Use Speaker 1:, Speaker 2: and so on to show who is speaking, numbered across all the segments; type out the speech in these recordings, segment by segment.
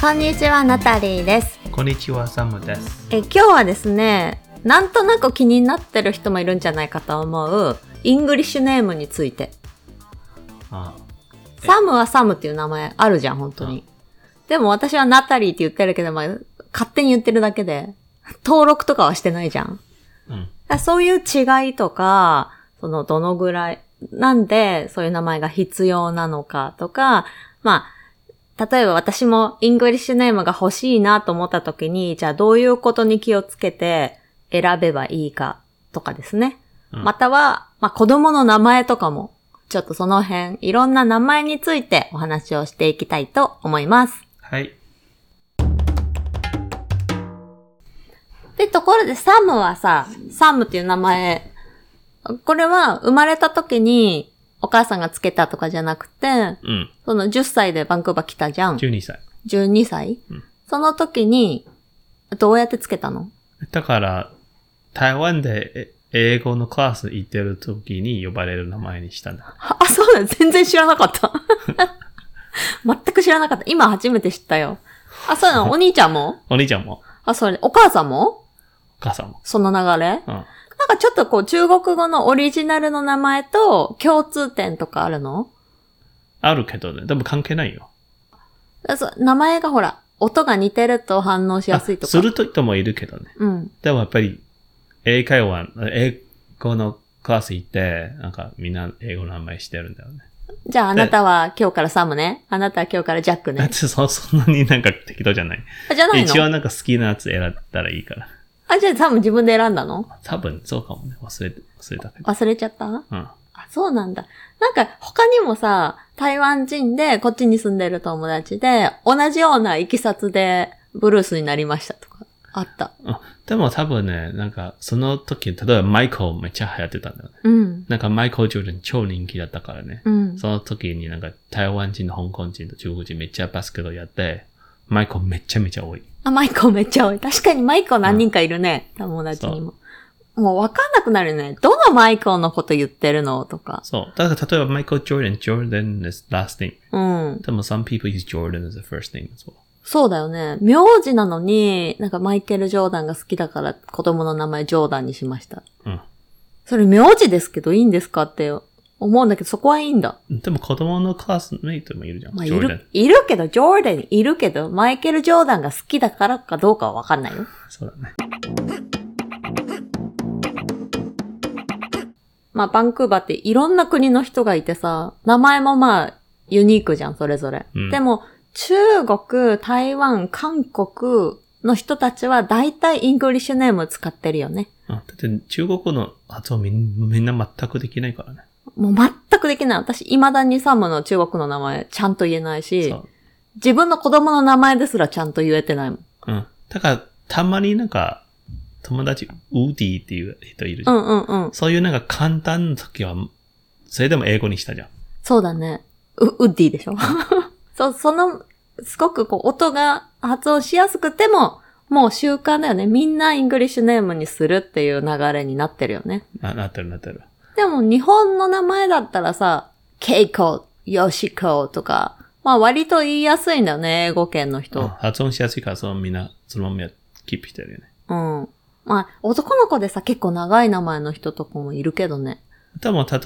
Speaker 1: こんにちは、ナタリーです。
Speaker 2: こんにちは、サムです。
Speaker 1: え、今日はですね、なんとなく気になってる人もいるんじゃないかと思う、イングリッシュネームについて。
Speaker 2: あえ
Speaker 1: サムはサムっていう名前あるじゃん、本当に。でも私はナタリーって言ってるけど、まあ、勝手に言ってるだけで、登録とかはしてないじゃん。だか
Speaker 2: うん。
Speaker 1: らそういう違いとか、そのどのぐらい、なんでそういう名前が必要なのかとか、まあ、例えば私もイングリッシュネームが欲しいなと思った時に、じゃあどういうことに気をつけて選べばいいかとかですね。
Speaker 2: うん
Speaker 1: または、まあ、子供の名前とかも、ちょっとその辺、いろんな名前についてお話をしていきたいと思います。
Speaker 2: はい。
Speaker 1: で、ところで、サムはさ、サムっていう名前、これは生まれた時にお母さんがつけたとかじゃなくて、
Speaker 2: うん。
Speaker 1: その10歳でバンクーバー来たじゃん。
Speaker 2: 12歳。
Speaker 1: 12歳、
Speaker 2: うん
Speaker 1: その時に、どうやってつけたの
Speaker 2: だから、台湾でえ英語のクラス行ってる時に呼ばれる名前にしたんだ。
Speaker 1: あ、そうだ、全然知らなか った。全く知らなかった。今初めて知ったよ。あ、そう なの、お兄ちゃんも
Speaker 2: お兄ちゃんも、
Speaker 1: あ、それ、お母さんも
Speaker 2: お母さんも。
Speaker 1: その流れ
Speaker 2: うん。
Speaker 1: なんかちょっとこう中国語のオリジナルの名前と共通点とかあるの
Speaker 2: あるけどね。でも関係ないよ。
Speaker 1: あそう名前がほら、音が似てると反応しやすいとか。
Speaker 2: あすると人もいるけどね。
Speaker 1: うん。
Speaker 2: でもやっぱり、英会話、英語のクラス行って、なんかみんな英語の名前してるんだよね。
Speaker 1: じゃああなたは今日からサムね。あなたは今日からジャック
Speaker 2: だっ
Speaker 1: ね
Speaker 2: て。そ、そんなになんか適当じゃない。
Speaker 1: あじゃない
Speaker 2: 一応
Speaker 1: の
Speaker 2: なんか好きなやつ選んだらいいから。
Speaker 1: あ、じゃあサム自分で選んだの
Speaker 2: 多分そうかもね。忘れて、忘れたけど。
Speaker 1: 忘れちゃった
Speaker 2: うん。
Speaker 1: あ、そうなんだ。なんか他にもさ、台湾人でこっちに住んでる友達で、同じような行きさつでブルースになりましたとか、あった。
Speaker 2: あでも多分ね、なんか、その時、例えばマイコーめっちゃ流行ってたんだよね。
Speaker 1: うん。
Speaker 2: なんかマイコー・ジョーダン超人気だったからね。
Speaker 1: うん。
Speaker 2: その時になんか台湾人、香港人と中国人めっちゃバスケットやって、マイコーめちゃめちゃ多い。
Speaker 1: あ、マイコめっちゃ多い。確かにマイコ何人かいるね。友達にも。もうわかんなくなるよね。どのマイコのこと言ってるのとか。
Speaker 2: そう。だから例えばマイコー・ジョーダン、ジョーダン is last name.
Speaker 1: うん。
Speaker 2: でも some people use Jordan as a first name as well.
Speaker 1: そうだよね。名字なのに、なんかマイケル・ジョーダンが好きだから子供の名前ジョーダンにしました。それ名字ですけどいいんですかって思うんだけど、そこはいいんだ。
Speaker 2: うん。でも子供のクラスメイトもいるじゃん。
Speaker 1: まあ、い
Speaker 2: ジョーダン
Speaker 1: る。、いるけど、ジョーダンいるけど、マイケル・ジョーダンが好きだからかどうかはわかんないよ。
Speaker 2: そうだね。
Speaker 1: まあ、バンクーバーっていろんな国の人がいてさ、名前もまあ、ユニークじゃん、それぞれ。
Speaker 2: うん
Speaker 1: でも、中国、台湾、韓国の人たちは大体イングリッシュネーム使ってるよね。
Speaker 2: うんだって中国語の発音みんみんな全くできないからね。
Speaker 1: もう全くできない。私、未だにサムの中国の名前ちゃんと言えないし
Speaker 2: そ、う。
Speaker 1: 自分の子供の名前ですらちゃんと言えてないもん。
Speaker 2: うん。だから、たまになんか、友達、ウーディーっていう人いるじ
Speaker 1: う
Speaker 2: ゃん。
Speaker 1: んうんうん。
Speaker 2: そういうなんか簡単な時は、それでも英語にしたじゃん。
Speaker 1: そうだね。う、ウッディで しょそう、その、すごくこう、音が発音しやすくても、もう習慣だよね。みんなイングリッシュネームにするっていう流れになってるよね。
Speaker 2: ななってるなってる。
Speaker 1: でも日本の名前だったらさ、ケイコ、ヨシコとか、まあ割と言いやすいんだよね、英語圏の
Speaker 2: うん
Speaker 1: 人。
Speaker 2: 発音しやすいから、そのみんな、そのままやキープしてるよね。
Speaker 1: うん。まあ男の子でさ、結構長い名前の人とかもいるけどね。
Speaker 2: でも、例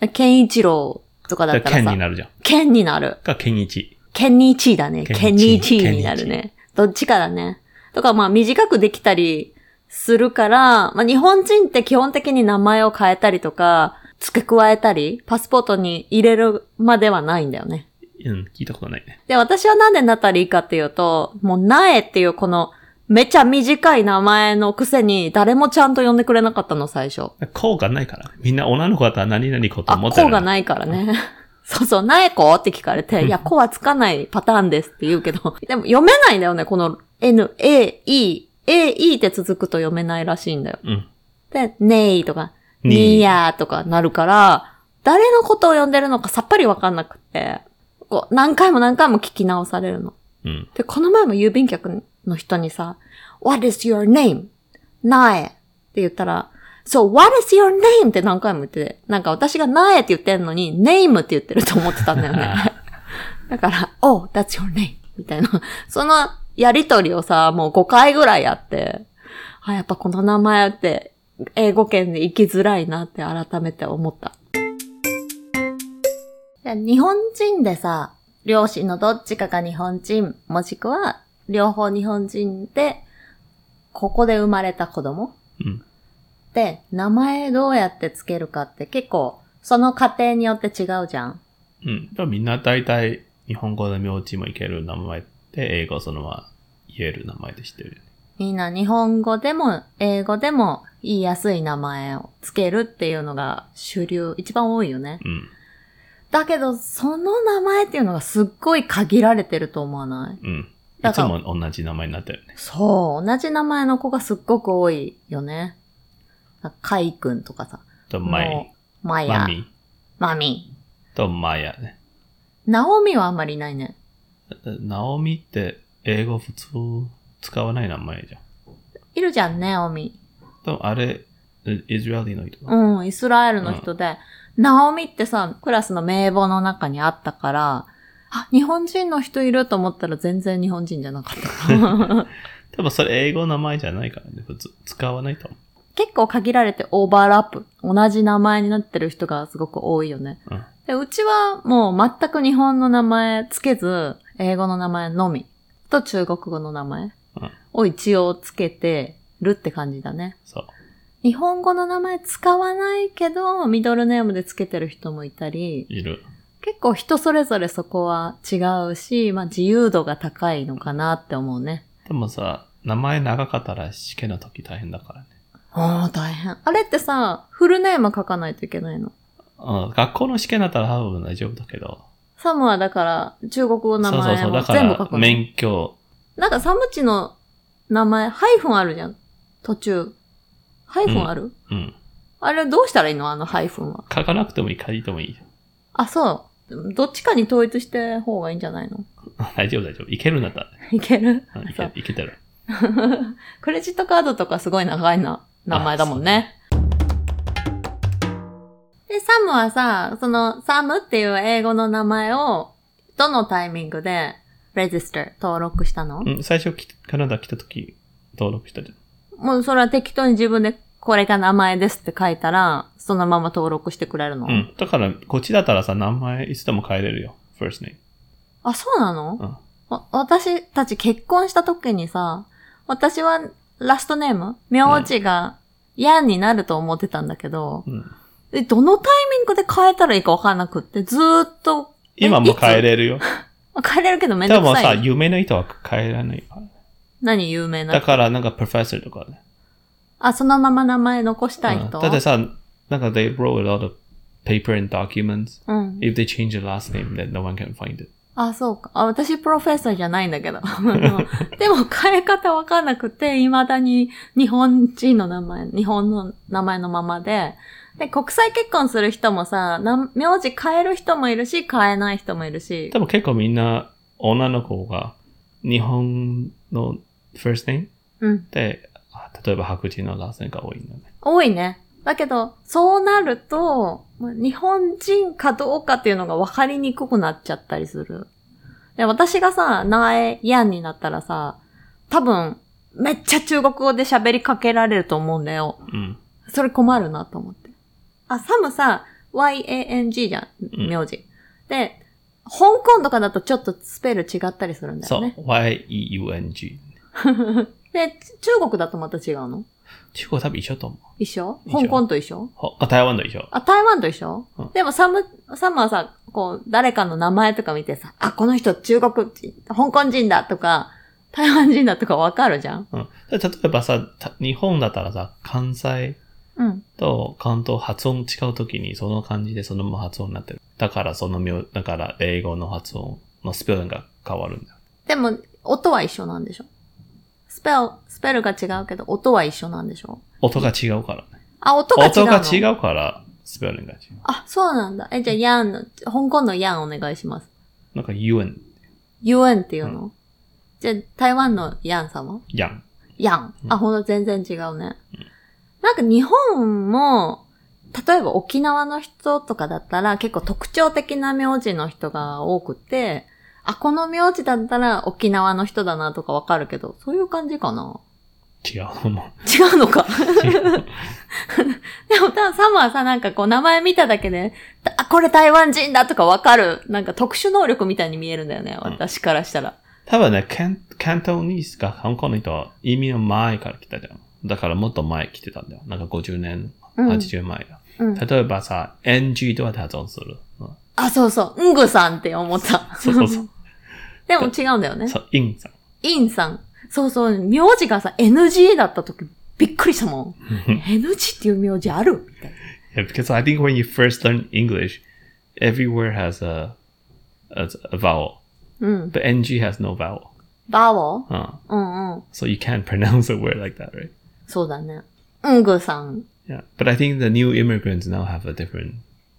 Speaker 2: え
Speaker 1: ケンイチロウとかだ
Speaker 2: ば、
Speaker 1: ったら
Speaker 2: ケンに
Speaker 1: さ、
Speaker 2: なるじゃん。
Speaker 1: ケンになる。
Speaker 2: か、ケンイチ。
Speaker 1: ケンニーチーだね。ケ
Speaker 2: ケ
Speaker 1: ン
Speaker 2: ン
Speaker 1: ニー
Speaker 2: ニー
Speaker 1: チ
Speaker 2: チ
Speaker 1: ー
Speaker 2: ー
Speaker 1: になるね。どっちかだね。とか、まあ短くできたりするから、まあ日本人って基本的に名前を変えたりとか、付け加えたり、パスポートに入れるまではないんだよね。
Speaker 2: うん、聞いたことないね。
Speaker 1: で、私はなんでナタリーかっていうと、もう苗っていうこの、めちゃ短い名前のくせに、誰もちゃんと呼んでくれなかったの、最初。
Speaker 2: こうがないから。みんな女の子だったら何々子と
Speaker 1: あ、
Speaker 2: 思って
Speaker 1: こ
Speaker 2: る。
Speaker 1: うがないからね。 そうそう、苗子って聞かれ て、いや、こうはつかないパターンですって言うけど、 でも読めないんだよね、この N, A, E, A, E って続くと読めないらしいんだよ。
Speaker 2: うん。
Speaker 1: で、ネイとか、
Speaker 2: に
Speaker 1: ニーヤーとかなるから、誰のことを呼んでるのかさっぱりわかんなくて、こう何回も何回も聞き直されるの。
Speaker 2: うん。
Speaker 1: で、この前も郵便局の人にさ、What is your name? なえって言ったら、そう、What is your name? って何回も言ってて、なんか私がなえって言ってんのに、name って言ってると思ってたんだよ ね。だから、Oh, that's your name! みたいな。そのやりとりをさ、もう5回ぐらいやって、あ、やっぱこの名前って、英語圏で生きづらいなって改めて思った。じゃあ日本人でさ、両親のどっちかが日本人、もしくは両方日本人で、ここで生まれた子供
Speaker 2: うん。
Speaker 1: で、名前どうやってつけるかって結構、その家庭によって違うじゃん。
Speaker 2: うん。でもみんな大体、日本語で名字もいける名前で、英語そのまま言える名前でしてる。
Speaker 1: みんな日本語でも英語でも言いやすい名前をつけるっていうのが主流、一番多いよね。
Speaker 2: うん。
Speaker 1: だけど、その名前っていうのがすっごい限られてると思わない
Speaker 2: うん。い
Speaker 1: だ
Speaker 2: つ
Speaker 1: から
Speaker 2: も同じ名前になってるね。
Speaker 1: そう、同じ名前の子がすっごく多いよね。カイくんとかさ。
Speaker 2: と、マイ、
Speaker 1: もうマヤ。
Speaker 2: マ
Speaker 1: マミ
Speaker 2: ミとマヤね。
Speaker 1: ナオミはあんまりいないね。
Speaker 2: ナオミって英語普通使わない名前じゃん。
Speaker 1: いるじゃん、ねオミ。
Speaker 2: でもあれ、イイスラエルの人。
Speaker 1: うん、イスラエルの人で、ナオミってさ、クラスの名簿の中にあったから、あ、日本人の人いると思ったら全然日本人じゃなか った。
Speaker 2: 多分それ英語の名前じゃないからね。普通使わないと思
Speaker 1: 結構限られてオーバーラップ。同じ名前になってる人がすごく多いよね。
Speaker 2: う。うん。
Speaker 1: で、うちはもう全く日本の名前つけず、英語の名前のみと中国語の名前
Speaker 2: うん
Speaker 1: を一応つけてるって感じだね。
Speaker 2: そう。
Speaker 1: 日本語の名前使わないけど、ミドルネームでつけてる人もいたり、
Speaker 2: いる。
Speaker 1: 結構人それぞれそこは違うし、まあ自由度が高いのかなって思うね。
Speaker 2: でもさ、名前長かったら試験の時大変だからね。
Speaker 1: ああ、大変。あれってさ、フルネーム書かないといけないの。
Speaker 2: うん。学校の試験だったら多分大丈夫だけど。
Speaker 1: サムはだから中国語の
Speaker 2: そ
Speaker 1: 名
Speaker 2: うそう
Speaker 1: 前
Speaker 2: そう。
Speaker 1: を
Speaker 2: だか
Speaker 1: 全部書く
Speaker 2: ら、
Speaker 1: の。
Speaker 2: 免許、
Speaker 1: なんかサムチの名前、ハイフンあるじゃん。途中。ハイフンある、
Speaker 2: うん。
Speaker 1: あれどうしたらいいのあのハイフンは。
Speaker 2: 書かなくてもいい、書いてもい い。
Speaker 1: あ、そう。どっちかに統一して方がいいんじゃないの
Speaker 2: 大丈夫大丈夫。いけるんだったらね。
Speaker 1: いける
Speaker 2: うんい
Speaker 1: そう
Speaker 2: けいけてる。
Speaker 1: クレジットカードとかすごい長いな、名前だもんね。で、サムはさ、その、サムっていう英語の名前を、どのタイミングで、レジスター、登録したの、
Speaker 2: うん。最初来て、カナダ来た時、登録したじゃん。
Speaker 1: もうそれは適当に自分で、これが名前ですって書いたら、そのまま登録してくれるの、
Speaker 2: うん。だから、こっちだったらさ、名前いつでも変えれるよ。first name。
Speaker 1: あ、そうなの、
Speaker 2: うん
Speaker 1: わ私たち結婚した時にさ、私はラストネーム名字がヤンになると思ってたんだけど、
Speaker 2: うん。
Speaker 1: え、どのタイミングで変えたらいいかわからなくって、ずーっと、
Speaker 2: 今も変え
Speaker 1: る。
Speaker 2: れるよ。
Speaker 1: 変えれるけどめん
Speaker 2: で
Speaker 1: どく
Speaker 2: も
Speaker 1: さ
Speaker 2: さ、
Speaker 1: い。
Speaker 2: 有名な人は変えられない。
Speaker 1: 何有名
Speaker 2: だ
Speaker 1: な。
Speaker 2: から、なんか、プロフェッサーとかね。
Speaker 1: あ、そのまま名前残したい
Speaker 2: うん
Speaker 1: 人。
Speaker 2: だってさ、なんか、they wrote a lot of paper and documents.
Speaker 1: うん。
Speaker 2: If they change the last name, then no one can find it.
Speaker 1: あ、そうか。あ、私プロフェッサーじゃないんだけど。 でも変え方わかんなくて、未だに日本人の名前、日本の名前のままで。で、国際結婚する人もさ、な名字変える人もいるし、変えない人もいるし
Speaker 2: で。も結構みんな、女の子が、日本の first name
Speaker 1: うん。
Speaker 2: で、あ例えば白人の last name が多いんだよね。
Speaker 1: 多いね。だけど、そうなると、まあ日本人かどうかっていうのが分かりにくくなっちゃったりする。で、私がさ、なえやんになったらさ、多分、めっちゃ中国語で喋りかけられると思うんだよ。
Speaker 2: うん。
Speaker 1: それ困るなと思って。あ、サムさ、YANG じゃ
Speaker 2: うん
Speaker 1: ん、名字。で、香港とかだとちょっとスペル違ったりするんだ
Speaker 2: そ
Speaker 1: よ
Speaker 2: う。
Speaker 1: ね。
Speaker 2: y-e-u-n-g。
Speaker 1: で、中国だとまた違うの
Speaker 2: 中国多分一緒と思う。
Speaker 1: 一緒
Speaker 2: 一緒
Speaker 1: 香港と一緒
Speaker 2: ほあ、台湾と一緒。
Speaker 1: あ、台湾と一緒、
Speaker 2: うん
Speaker 1: でもサム、サムはさ、こう、誰かの名前とか見てさ、あ、この人中国人、香港人だとか、台湾人だとかわかるじゃん
Speaker 2: うん。で例えばさ、た日本だったらさ、関西
Speaker 1: うん。
Speaker 2: と関東発音違うときにその感じでそのまま発音になってる。だからその名、だから英語の発音のスペルが変わるんだよ。
Speaker 1: でも、音は一緒なんでしょスペル、スペルが違うけど、音は一緒なんでしょ
Speaker 2: 音が違うからね。
Speaker 1: あ、音が違うの
Speaker 2: 音が違うからスペルが違う。
Speaker 1: あ、そうなんだ。え、じゃあ、ヤンの、香港のヤンお願いします。
Speaker 2: なんか UN。
Speaker 1: UN っていうの、じゃあ、台湾のヤンさんは
Speaker 2: やん。
Speaker 1: ヤン。
Speaker 2: うん
Speaker 1: あ、ほんと全然違うね。なんか日本も、例えば沖縄の人とかだったら結構特徴的な名字の人が多くて、あ、この名字だったら沖縄の人だなとかわかるけど、そういう感じかな。
Speaker 2: 違うのも。
Speaker 1: 違うの か。でも多分サムはさ、なんかこう名前見ただけで、あ、これ台湾人だとかわかる。なんか特殊能力みたいに見えるんだよね。
Speaker 2: うん
Speaker 1: 私からしたら。
Speaker 2: 多分ね、カンカントニースが香港の人は移民の前から来たじゃん。だからもっと前来てたんだよ。なんか50年、
Speaker 1: うん
Speaker 2: 80前だ。
Speaker 1: うん。
Speaker 2: 例えばさ、NG とは多存する。 うん
Speaker 1: あ、そうそう。うんぐさんって思った。
Speaker 2: そうそうそう。
Speaker 1: でも違うんだよね。
Speaker 2: そう、インさん。
Speaker 1: インさん。そうそう。名字がさ、NG だった時びっくりしたもん。NG っていう名字あるみたいな。
Speaker 2: Yeah, because I think when you first learn English, every word has a, a, a vowel,
Speaker 1: うん。
Speaker 2: but NG has no vowel.
Speaker 1: バオ
Speaker 2: Uh,
Speaker 1: うんうん。
Speaker 2: so you can't pronounce a word like that, right?
Speaker 1: そうだね。うんぐさん。
Speaker 2: Yeah. But I think the new immigrants now have a different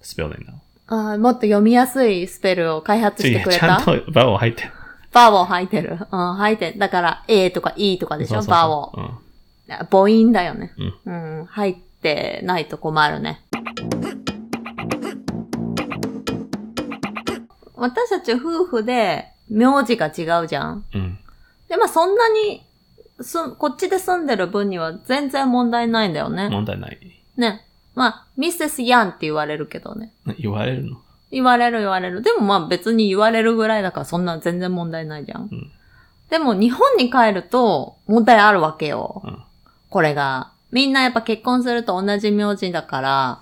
Speaker 2: spelling now.
Speaker 1: あーもっと読みやすいスペルを開発
Speaker 2: So
Speaker 1: してくれた。
Speaker 2: ちゃんと vowel 入ってる。
Speaker 1: バーを吐いてる。うん、吐いてる。だから、A とか E とかでしょ
Speaker 2: そうそうそう。
Speaker 1: バー を。
Speaker 2: うん。
Speaker 1: 母音だよね。うん、入ってないと困るね。私たち夫婦で、名字が違うじゃん。
Speaker 2: うん。
Speaker 1: で、まあそんなに、す、こっちで住んでる分には全然問題ないんだよ
Speaker 2: Mm.
Speaker 1: ね。ね。まあ、ミセス・ヤンって言われるけどね。
Speaker 2: 問題ない。言われるの。うん。
Speaker 1: 言われる言われる。でもまあ別に言われるぐらいだからそんな全然問題ないじゃん。
Speaker 2: うん
Speaker 1: でも日本に帰ると問題あるわけよ。
Speaker 2: うん
Speaker 1: これが。みんなやっぱ結婚すると同じ名字だから、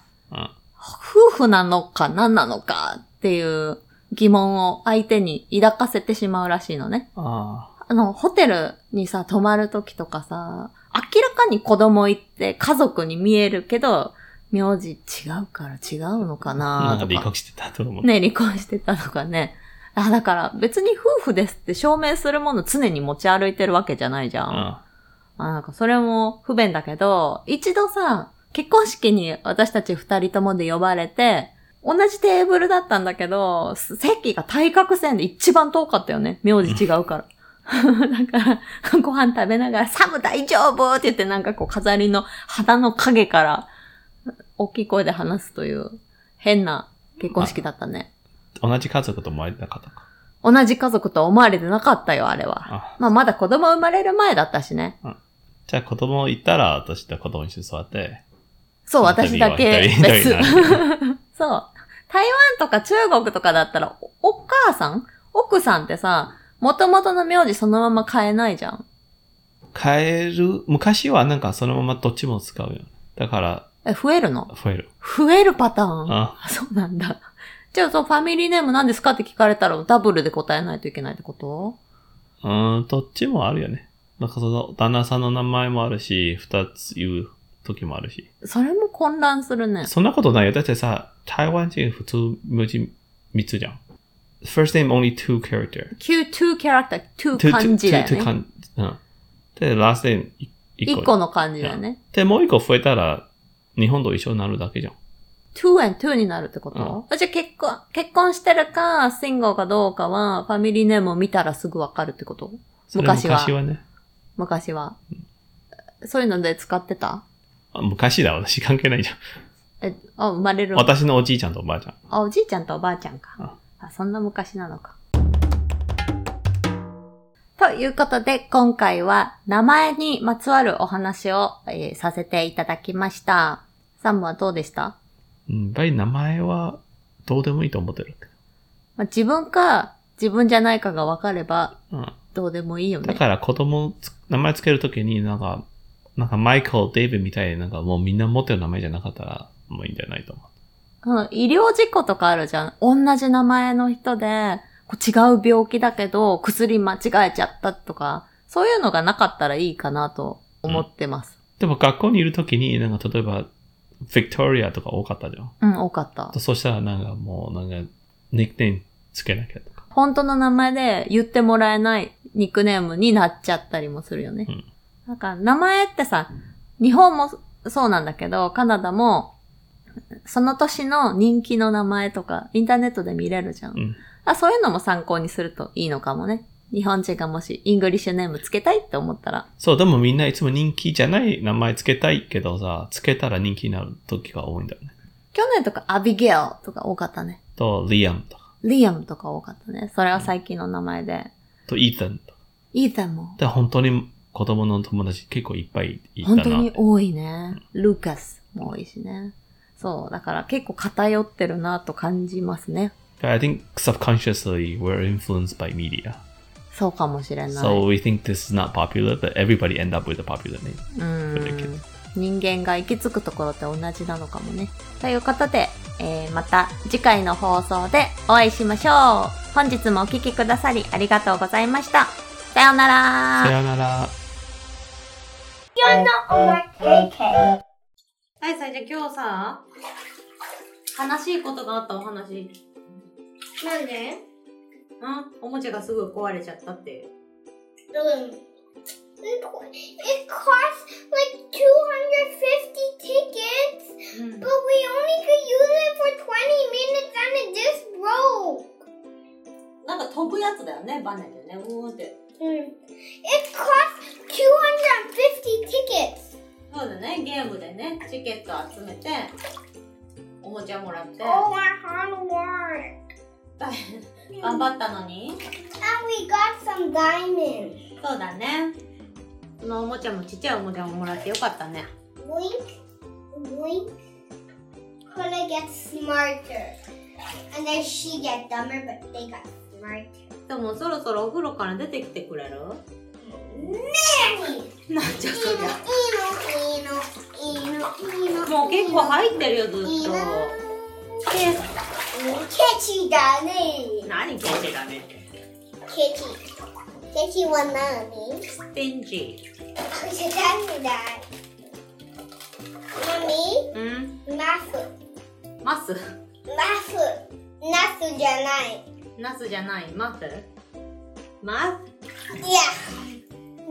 Speaker 1: 夫婦なのか何なのかっていう疑問を相手に抱かせてしまうらしいのね。
Speaker 2: ああ。
Speaker 1: あの、ホテルにさ、泊まるときとかさ、明らかに子供いって家族に見えるけど、名字違うから違うのかなとか。
Speaker 2: なんか離婚してたと思う。
Speaker 1: ね、離婚してたとかね。あ、だから別に夫婦ですって証明するもの常に持ち歩いてるわけじゃないじゃん。あなんかそれも不便だけど、一度さ、結婚式に私たち二人ともで呼ばれて、同じテーブルだったんだけど、す席が対角線で一番遠かったよね。名字違うから。 だから、ご飯食べながら、サム大丈夫って言ってなんかこう飾りの肌の影から、大きい声で話すという、変な結婚式だったね。
Speaker 2: うん。同じ家族と思われなかったか。うん。
Speaker 1: 同じ家族とは思われてなかったよ、あれは
Speaker 2: あ。
Speaker 1: まあまだ子供生まれる前だったしね。
Speaker 2: じゃあ子供いたら、私と子供一緒に座って。
Speaker 1: そう、私だけ
Speaker 2: 二人は
Speaker 1: 別。
Speaker 2: 一人
Speaker 1: そう
Speaker 2: 一人になる。。
Speaker 1: 台湾とか中国とかだったら、おお母さん奥さんってさ、元々の名字そのまま変えないじゃん。
Speaker 2: 変える、昔はなんかそのままどっちも使うよ。だから、
Speaker 1: え、増えるの
Speaker 2: 増える。
Speaker 1: 増えるパターン。
Speaker 2: あ
Speaker 1: あ そうなんだ。じゃあ、そう、ファミリーネーム何ですかって聞かれたら、ダブルで答えないといけないってこと
Speaker 2: うーん、どっちもあるよね。なんかその、旦那さんの名前もあるし、二つ言う時もあるし。
Speaker 1: それも混乱するね。
Speaker 2: そんなことないよ。だってさ、台湾人普通無字三つじゃん。first name only two character.
Speaker 1: Q2 キャラクター、
Speaker 2: two,
Speaker 1: 2漢字だよ
Speaker 2: two, two
Speaker 1: ね。
Speaker 2: 漢うん。で、last name い一個。
Speaker 1: 1個の漢字だよね。
Speaker 2: で、もう一個増えたら、日本と一緒になるだけじゃん。
Speaker 1: 2 and 2になるってこと、あじゃあ結婚、結婚してるか、シンゴかどうかは、ファミリーネームを見たらすぐわかるってこと
Speaker 2: それ
Speaker 1: 昔は
Speaker 2: 昔はね。
Speaker 1: 昔は。そういうので使ってた
Speaker 2: あ昔だ、私関係ないじゃん。
Speaker 1: え、あ、生まれる。
Speaker 2: 私のおじいちゃんとおばあちゃん。
Speaker 1: あ、おじいちゃんとおばあちゃんか。あ、そんな昔なのか。ということで、今回は名前にまつわるお話を、えーさせていただきました。サムはどうでした
Speaker 2: うん、やっぱり名前はどうでもいいと思ってる。
Speaker 1: まあ、自分か、自分じゃないかが分かれば、
Speaker 2: うん、
Speaker 1: どうでもいいよ
Speaker 2: だ
Speaker 1: ね。
Speaker 2: から子供つ、名前つけるときになんか、なんかマイクル、デイビーみたいになんかもうみんな持ってる名前じゃなかったらもういいんじゃないと思
Speaker 1: うん、医療事故とかあるじゃん。同じ名前の人で、こう違う病気だけど、薬間違えちゃったとか、そういうのがなかったらいいかなと思ってます。
Speaker 2: う。でも学校にいるときになんか例えば、ビクトリアとか多かったじゃん。
Speaker 1: うん、多かった。
Speaker 2: そしたらなんかもうなんか、ニックネームつけなきゃとか。
Speaker 1: 本当の名前で言ってもらえないニックネームになっちゃったりもするよね。
Speaker 2: うん
Speaker 1: なんか名前ってさ、日本もそうなんだけど、カナダも、その年の人気の名前とか、インターネットで見れるじゃん。
Speaker 2: うん。
Speaker 1: あそういうのも参考にするといいのかもね。日本人がもしイングリッシュネームつけたいって思ったら。
Speaker 2: そう、でもみんないつも人気じゃない名前つけたいけどさ、つけたら人気になる時が多いんだよね。
Speaker 1: 去年とかアビゲイルとか多かったね。
Speaker 2: と、リアムとか、
Speaker 1: リアムとか多かったね。それは最近の名前で。
Speaker 2: と、イータンとか。
Speaker 1: イーサンも。
Speaker 2: で、本当に子供の友達結構いっぱいいた
Speaker 1: 本
Speaker 2: な。
Speaker 1: 当に多いね。ルーカスも多いしね。そう、だから結構偏ってるなと感じますね。
Speaker 2: I think subconsciously we're influenced by media.
Speaker 1: そうかもしれない。
Speaker 2: So we think this is not popular, but everybody end up with a popular name.
Speaker 1: うん人間が行き着くところって同じなのかもね。ということで、えーまた次回の放送でお会いしましょう。本日もお聴きくださりありがとうございました。さようなら
Speaker 2: さよなら。
Speaker 1: はい、さいじゃあ今日さ、悲しいことがあったお話。
Speaker 3: なんで
Speaker 1: うんおもちゃがすぐ壊れちゃったって。
Speaker 3: It, Um, it cost like 250 tickets,
Speaker 1: う
Speaker 3: but we only could use it for 20 minutes and it just broke.
Speaker 1: なんか飛ぶやつだよね、バネでね。うーんって。
Speaker 3: It cost 250 tickets.
Speaker 1: そうだね、ゲームでね、チケット集めて、おもちゃもらって、
Speaker 3: All our hard work.
Speaker 1: 大変頑張ったのに。
Speaker 3: And we got some diamonds.
Speaker 1: そうだね。このおもちゃもちっちゃいおもちゃももらってよかったね。
Speaker 3: Wink, wink. Could get smarter. And then she get dumber, but they got smarter.
Speaker 1: でもそろそろお風呂から出てきてくれる
Speaker 3: Nanny!
Speaker 1: なんじゃそりゃ。も
Speaker 3: も
Speaker 1: う結構入ってるよ、ずっと。で、
Speaker 3: ケチだね。
Speaker 1: 何ケチだねって。
Speaker 3: ケチ。ケチは何？
Speaker 1: ステンジ。
Speaker 3: ケチだ。マミ、
Speaker 1: うん
Speaker 3: ナス、
Speaker 1: マス
Speaker 3: ナス、ナスじゃない。
Speaker 1: ナスじゃない、マスマ
Speaker 3: いや、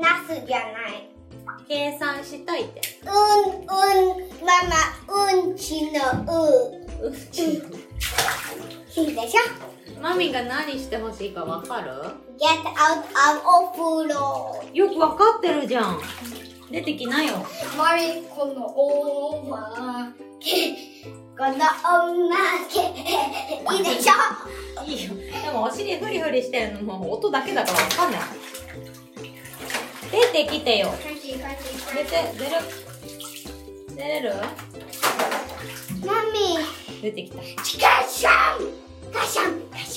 Speaker 3: ナスじゃない。
Speaker 1: ス計算したいって。
Speaker 3: うんうん、ママうんちのう。
Speaker 1: うち。
Speaker 3: Ừ. いいでしょ
Speaker 1: マミが何してほしいかわかる
Speaker 3: ？Get out of お風呂。
Speaker 1: よくわかってるじゃん。出てきなよ。
Speaker 3: マリコのおまけこのおまけいいで しょ
Speaker 1: いいよでもお尻フリフリしてるのもう音だけだからわかんない出てきてよ出て出る出れる
Speaker 3: マミ
Speaker 1: 出てきた
Speaker 3: ガシャンガシャンガシ